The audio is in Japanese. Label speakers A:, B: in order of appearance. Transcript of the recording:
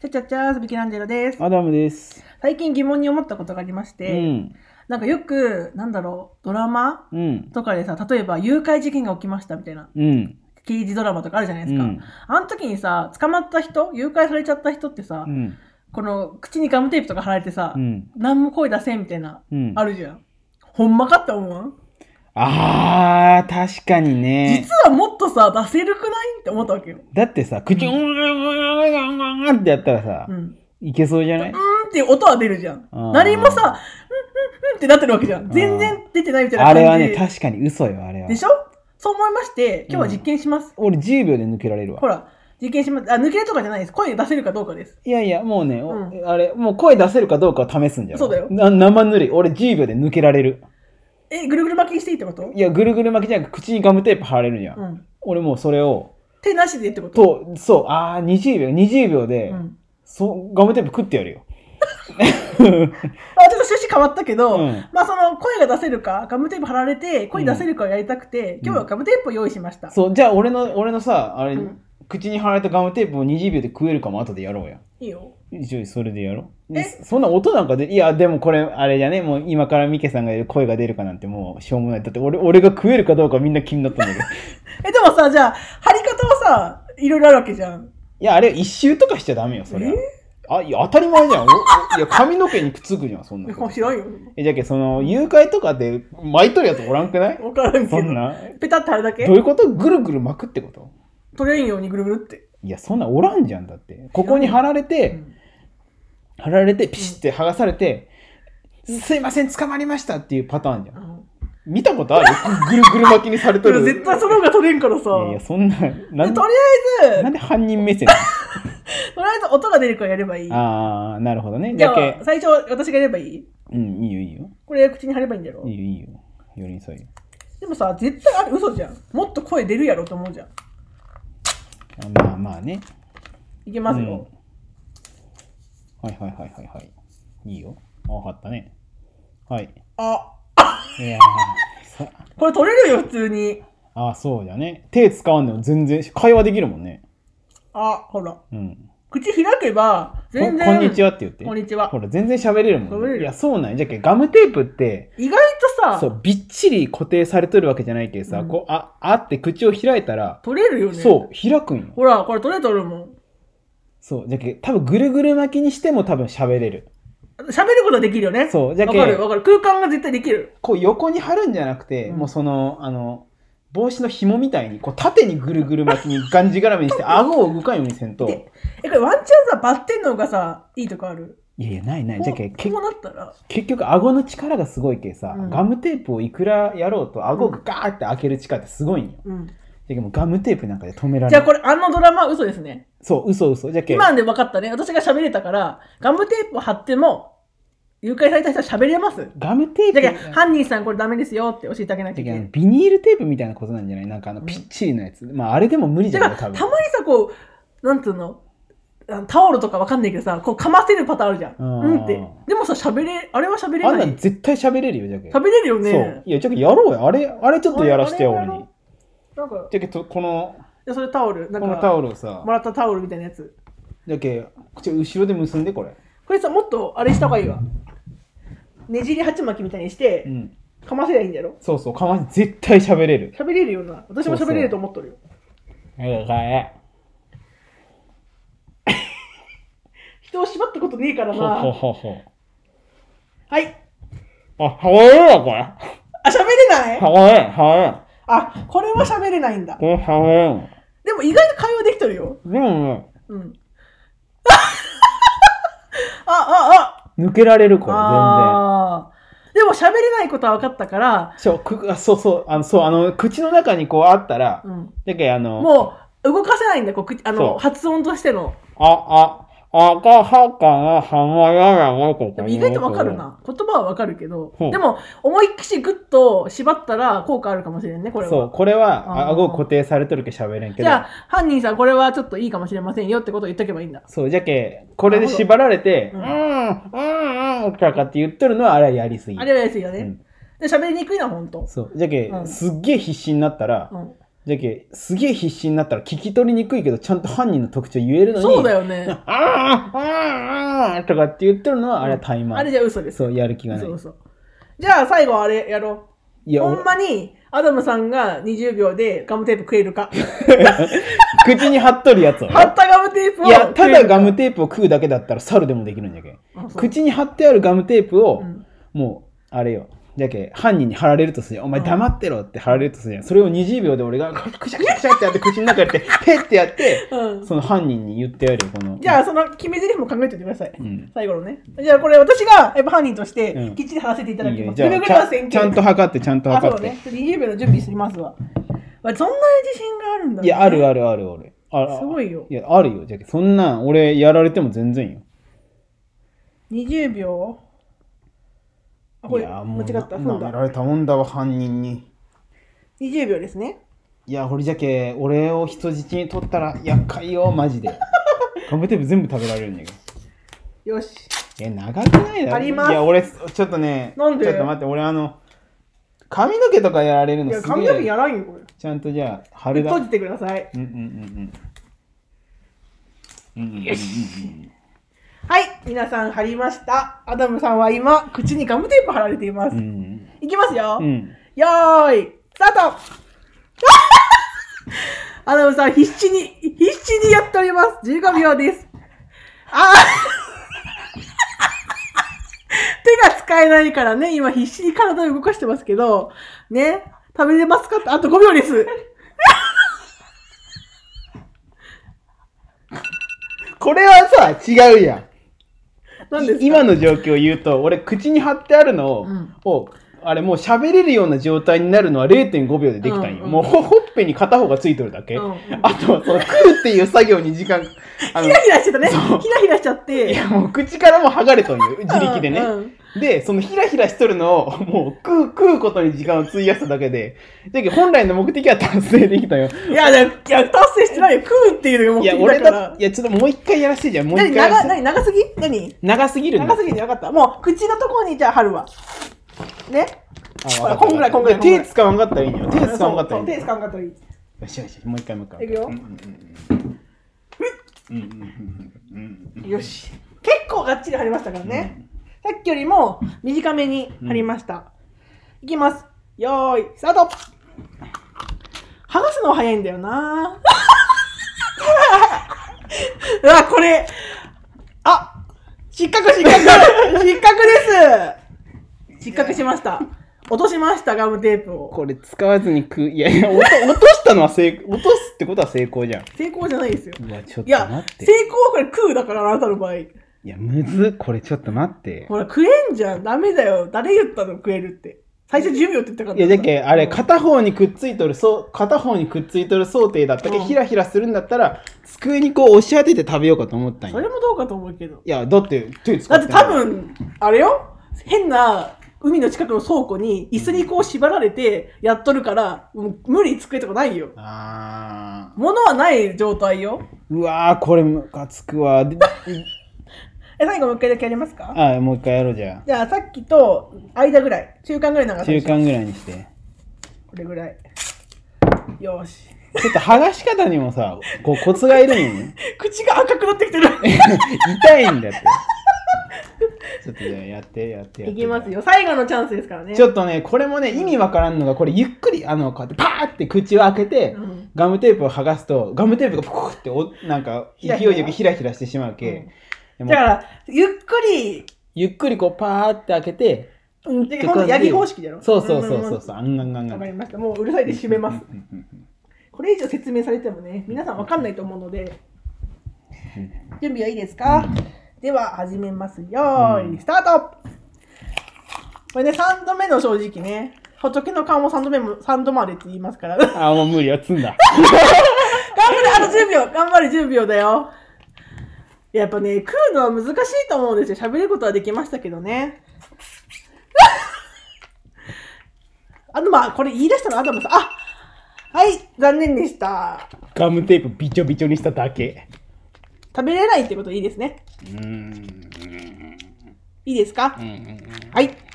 A: ちゃちゃちゃー、すびきランジェロです。
B: アダムです。
A: 最近疑問に思ったことがありまし
B: う
A: て、
B: ん。
A: なんかよく、なんだろう、ドラマ
B: うん。
A: とかでさ、例えば誘拐事件が起きましたみたいな、
B: うん。
A: 刑事ドラマとかあるじゃないうですか。
B: ん。
A: あの時にさ、捕まった人、誘拐されちゃった人ってさ、
B: うん。
A: この口にガムテープとか貼られてさ、
B: うん。
A: 何も声出せんみたいな、
B: うん。
A: あるじゃん。ほんまかって思わん
B: あー、確かにね
A: 実。はもっとさ、出せるくないって思ったわけよ。
B: だってさ、口、う
A: うん
B: ん、うん、うん、ってやったらさ
A: う、ん。
B: いけそうじゃ
A: う
B: ない
A: ーんっていう音は出るじゃん。
B: あー
A: 何もさ、うんうんうんってなってるわけじゃん。全然出てないみたいな
B: あ
A: 感じ
B: れはね、確かに嘘よ、あれは
A: で。しょそう思いまして、今日は実験します。
B: 俺10秒で抜けられる
A: ほ
B: わ。
A: ら、実験します。あ、抜けるとかじゃないです。声出せるかどうかです。
B: いやいや、もうね、お
A: う
B: あれ、もう声出せるかどうかを試すんじゃん。
A: そうだよ
B: な生ぬるい。俺10秒で抜けられる。
A: え、ぐるぐる巻きにしていいってこと
B: いや、ぐるぐる巻きじゃなく口にガムテープ貼られるじゃん。
A: うん。
B: 俺もうそれを、
A: 手なしでってこと
B: と、そう、あー、20秒、20秒で、
A: うん。
B: そう、ガムテープ食ってやるよ。
A: あ、ちょっと趣旨変わったけど、
B: うん
A: まあその声が出せるか、ガムテープ貼られて、声出せるかをやりたくて、今日はガムテープを用意しました。
B: そう、じゃあ俺の、俺のさ、あれ、
A: うん
B: 口に貼られたガムテープを20秒で食えるかも後でやろうや。
A: いいよ。
B: 一応それでやろう。
A: え
B: でそんな音なんかで、いや、でもこれ、あれじゃね、もう今からミケさんが言う声が出るかなんてもうしょうもない。だって俺、俺が食えるかどうかみんな気になったんだけど。
A: え、でもさ、じゃあ、貼り方はさ、いろいろあるわけじゃん。
B: いや、あれ、一周とかしちゃダメよ、それ
A: え
B: あ、いや、当たり前じゃん。おおいや、髪の毛にくっつくじゃん、そんなこと
A: 面白いよ。
B: え、じゃけ、その、誘拐とかで巻いとるやつおらんくない
A: わからんけど。
B: そんな。
A: ペタって貼るだけ
B: どういうことぐるぐる巻くってこと
A: 取れんようにぐるぐるって。
B: いや、そんなおらんじゃんだって。ここに貼られて、
A: うん
B: 貼られてピシッて剥がされて「すいません捕まりました」っていうパターンじゃ
A: うんん
B: 見たことあるぐるぐる巻きにされ
A: で
B: と
A: も
B: る
A: 絶対その方が取れんからさ。
B: いやいやそんななん
A: でと
B: で
A: りあえず
B: なんで犯人目線
A: とりあえず音が出るからやればいい。
B: ああなるほどね
A: じ
B: じ
A: ゃ
B: ゃ
A: あ
B: け
A: 最初私がやればいい
B: うんいいよいいよ
A: これ口に貼ればいいんだろ
B: いいよいいよよりにそうよ
A: でもさ絶対あれ嘘じゃんもっと声出るやろと思うじゃん
B: あまあまあね
A: いけますよ、
B: うんはいはいはいはいはいいいよあわかったねはい
A: あ
B: いやーさ
A: これ取れるよ普通に
B: あそうだね手使わんでも全然会話できるもんね
A: あほら
B: うん
A: 口開けば
B: こ
A: 全然
B: こんにちはって言って
A: こんにちは
B: ほら、全然喋れるも
A: 喋
B: ん、
A: れ
B: ね。
A: る
B: いや、そうなんやじゃけガムテープって、
A: 意外とさ
B: そう、びっちり固定されとるわけじゃないけどさ、
A: うん
B: こう、あ、あって口を開いたら、
A: 取れるよね
B: そう、開くんよ。
A: ほらこれ取れとるもん
B: そう、じゃけ多分ぐるぐる巻きにしても多分喋れる。
A: 喋ることはできるよね
B: そう、じゃ
A: わ
B: け
A: かるわかる空間が絶対できる
B: こう横に貼るんじゃなくて、
A: うん
B: もうその、あの、帽子の紐みたいに、こう縦にぐるぐる巻きにがんじがら めにして、顎を動かんようにせんと。
A: えこれワンチャンさバッテンの方がさいいとこある
B: いやいや、ないない。
A: こ
B: じゃけ
A: う
B: け
A: こうなったら
B: 結局、顎の力がすごいけさ、
A: うん
B: ガムテープをいくらやろうと、顎がガーって開ける力ってすごいんよ。
A: うん
B: じゃけもうガムテープなんかで止められ
A: じゃあ
B: ない。
A: これあのドラマ嘘ですね
B: そう、嘘嘘。じゃけ
A: 今で分かったね。私が喋れたから、ガムテープを貼っても、誘拐された人は喋れます。
B: ガムテープ
A: だけど、犯人さんこれダメですよって教えてあげなきゃいけない。
B: ビニールテープみたいなことなんじゃないなんかあの、ぴっちりのやつ。まあ、あれでも無理じ
A: だ
B: ゃ
A: から、
B: ない多
A: たまに
B: 分。
A: さ、こう、なんつうの、あタオルとかわかんないけどさ、こうかませるパターンあるじゃん。
B: うん
A: うんって。でもさ、喋れ、あれは喋れ
B: あん
A: な
B: ないん。絶対喋れるよ、じゃけ。
A: 喋れるよ
B: そう
A: ね。。
B: いや、じゃけやろうよ。あれ、あれちょっとやらしてよ、
A: あ
B: 俺
A: れ
B: に。
A: なんか、
B: じゃけ、とこの、
A: でそれタオル、なん
B: このタ
A: か、
B: オルをさ
A: も、らったタオルみたいなやつ。
B: じゃけ、ちょ後ろで結んで、これ。
A: これさ、もっとあれした方がいいわ。ねじり鉢巻きみたいにして
B: う、ん。
A: かませりゃいいんだろ。
B: そうそう、かま絶対喋れる。
A: 喋れるよな。私も喋れると思っとるよ。
B: ええ、
A: 人を縛ったことねえから
B: ほうほう
A: な。
B: ほうほう。
A: はい。
B: あ、はわえわ、これ。
A: あ、喋れない
B: はわえ、はわえ。
A: あ、これは喋れないんだ。
B: これはわえん。
A: でも意外と会話できとるよ。
B: でもね、
A: うん。 あ、あ、あ、
B: 抜けられる、これ、全然。
A: あーでも喋れないことは分かったから、
B: そう、くあそうそう、あの、そう、あの、口の中にこうあったら、
A: うん、
B: だけどあの、
A: もう動かせないんだ、こう口あ
B: そ
A: の
B: う
A: 発音としての。
B: あ、あ、あかはかがはまらがわこ
A: でも意外と分かる。な。言葉は分かるけど、
B: ほう
A: でも思いっきしグッと縛ったら効果あるかもしれんね、これは。
B: そう、これは、
A: あー
B: あ顎固定されとるけど喋れんけ
A: じ
B: ど。
A: ゃあ、犯人さん、これはちょっといいかもしれませんよってことを言っとけばいいんだ。
B: そう、じゃけ、これで縛られて、う、
A: なんる
B: う
A: ほ
B: ん、うん、とかって言っとるのは、あれはやりすぎ。
A: あれはやりすいよね。
B: うん
A: で、喋りにくいな、ほんと。
B: そう、じゃけ、
A: うん
B: すっげえ必死になったら、
A: うん
B: じゃけ、すげえ必死になったら聞き取りにくいけど、ちゃんと犯人の特徴言えるのに、
A: そうだ
B: よ。
A: よ ね。
B: ああ、ああ、ああとかって言ってるのは、あれは怠慢。
A: あれじゃ嘘です。
B: そう、やる気がない
A: そう。そう。じゃあ最後あれやろ。
B: いうや、
A: ほ
B: お
A: んまにアダムさんが20秒でガムテープ食えるか。
B: 口に貼っとるやつを。
A: 貼ったガムテープを
B: いや、ただガム
A: テ
B: テープを食うだけだったら、猿でもできるんじゃけ。
A: ープ
B: 口に貼ってあるガムテープを、
A: うん
B: もう、あれよ。じゃけ、犯人に貼られるとするよ。お前
A: うん
B: 黙ってろって貼られるとするよ。それを20秒で俺が、くしゃくしゃくしゃってやって、口の中やって、ペッてやって、
A: うん
B: その犯人に言ってやるよ、この。
A: じゃあその決め台詞も考えておいてください。
B: うん。
A: 最後のね。じゃあこれ私がやっぱ犯人として
B: うん
A: きっちり話せていただ
B: いい
A: き
B: よ
A: ます。
B: じゃあ
A: ぐ
B: ち
A: らいは
B: ゃ
A: 先見
B: ん、ちゃんと測って、ちゃんと
A: あ、
B: 測
A: そう
B: って。
A: ね。ちょっと20秒の準備しますわ。わそんなに自信があるんだ、ね。
B: いや、あるあるある、俺。ああ
A: すごいよ
B: いや、あるよ。じゃけ、そんなん、俺、やられても全然よ。
A: 20秒。あ、これ、間違った。踏ん
B: なめ
A: だ。
B: られたもんだわ、犯人に。
A: 20秒ですね。
B: いや、堀じゃけ、俺を人質に取ったら厄介よ、マジで。 ガムテープ全部食べられるんだけど。
A: よし。
B: いや、長くないだろ。
A: あります
B: いや、俺、ちょっとね、
A: なんで
B: ちょっと待って、俺、あの、髪の毛とかやられる
A: い
B: の
A: や、
B: すげ
A: 髪の毛
B: え。
A: やらんよ、これ。
B: ちゃんとじゃあ、貼るだ。う
A: 閉じ
B: ん
A: てください。
B: うんうんうん。うんうんうんうん
A: はい、皆さん貼りました。アダムさんは今、口にガムテープ貼られています。
B: うんうん
A: いきますよ。
B: うん。
A: よーい、スタート アダムさん、必死に、必死にやっております。15秒です。あー 手が使えないからね、今必死に体を動かしてますけど、ね、食べれますかってあと5秒です。
B: これはさ、違うやん。
A: 何ですか
B: 今の状況を言うと、俺、口に貼ってあるのを、
A: うん
B: をあれ、もう喋れるような状態になるのは0.5秒でできたんよ。
A: うんうん
B: もうほ、ほっぺに片方がついとるだけ。
A: うんうん
B: あとは、その、食うっていう作業に時間、あの
A: ヒラヒラしてたね。
B: そう
A: ヒラヒラしちゃって。
B: いやもう口からも剥がれとんよ自力でね、
A: うんうん
B: でそのヒラヒラしとるのをもう食う食うことに時間を費やしただけでだけど本来の目的は達成できたよ
A: いや、でもいや、達成してないよ。食うっていうの
B: い
A: が
B: や
A: 目的
B: 俺
A: だから
B: だ。いやちょっともう一回やらせてじゃんもう
A: 何
B: 一回やら
A: 長
B: せて
A: 何長すぎ何
B: 長すぎるんだ
A: 長すぎてよかった。もう、口のところにじゃあ貼るわ。ね
B: あ
A: ほら
B: わかった
A: こんぐらいこんぐらいこんぐらい
B: 手使わんかったらいいんよ手使わん
A: そ
B: かったら
A: うそう
B: いいん
A: 手
B: よ
A: 使わんかったらいい。
B: よしよしもう一回もう一回
A: いくよ
B: うんうんうんうんうんうんうんうん
A: よし。結構がっちり貼りましたからね。さっきよりも短めに貼りました。いきます。よーい、スタート剥がすのは早いんだよな うわ、これ。あ失格、失格失格です失格しました。落としました、ガムテープを。
B: これ使わずに食ういやいや落と落としたのは成落とすってことは成功じゃん
A: 成功じゃないですよ。
B: うわちょっ
A: い
B: と待
A: や
B: っ、て
A: 成功はこれ食うだから、あなたの場合。
B: いや、むずっ、これちょっと待って。
A: ほら、食えんじゃん。ダメだよ。誰言ったの食えるって。最初10秒って言ったから。
B: いや、じゃけ、あれ、
A: うん
B: 片方にくっついとる、そう、片方にくっついとる想定だったけ
A: うん
B: ど、ひらひらするんだったら、机にこう押し当てて食べようかと思ったん
A: そ
B: よ。
A: れもどうかと思うけど。
B: いや、だって、手使
A: だっ
B: っててない
A: 多、分、あれよ変な海の近くの倉庫に椅子にこう縛られてやっとるから、もう無理に机とかないよ。
B: あー。
A: 物はない状態よ。
B: うわー、これムカつくわ。で
A: え、最後もう一回だけやりますか
B: あー、もう一回やろうじゃ
A: じゃあさっきと間ぐらい。中間ぐらい長
B: あ。
A: さに
B: 中
A: しよう
B: 間ぐらいにして。
A: これぐらい。よーし。
B: ちょっと剥がし方にもさ、こうコツがいるんよね。
A: 口が赤くなってきて る。
B: 痛いんだって。ちょっとじゃあやって、やって、やって。
A: いきますよ。最後のチャンスですからね。
B: ちょっとね、これもね、意味わからんのが、これゆっくり、あの、こうやってパーって口を開けて、
A: うん
B: ガムテープを剥がすと、ガムテープがポコってお、なんか、
A: ひら
B: 勢
A: ひら
B: いよくヒラヒラしてしまうけ、でも
A: だから、ゆっくり、
B: ゆっくりこうパーって開けて、
A: うん、
B: って
A: ほん
B: 感
A: と
B: じ
A: ヤギ方式だろ。
B: そうそうそ
A: ん
B: うそうそう、あんがんがん
A: ん
B: が
A: わ
B: ん
A: かり
B: がん。
A: ました。もううるさいで締めます。
B: うんうん
A: これ以上説明されてもね、皆さんわかんないと思うので、
B: うん
A: 準備はいいですか、では、始めます。よーい、スタートこれね、3度目の正直ね、仏の顔も3度目も、3度までって言いますから。 頑
B: あー、もう無理やつんだ。
A: 張れ、あと10秒頑張れ、10秒だよやっぱね、食うのは難しいと思うんですよ。喋ることはできましたけどね。 あとまあ、これ言い出したのアダムさん。あはい、残念でした。
B: ガムテープびちょびちょにしただけ。
A: 食
B: 음,
A: べれないってこといいですね。
B: うーん。
A: いいですか、
B: うんうんうん
A: はい。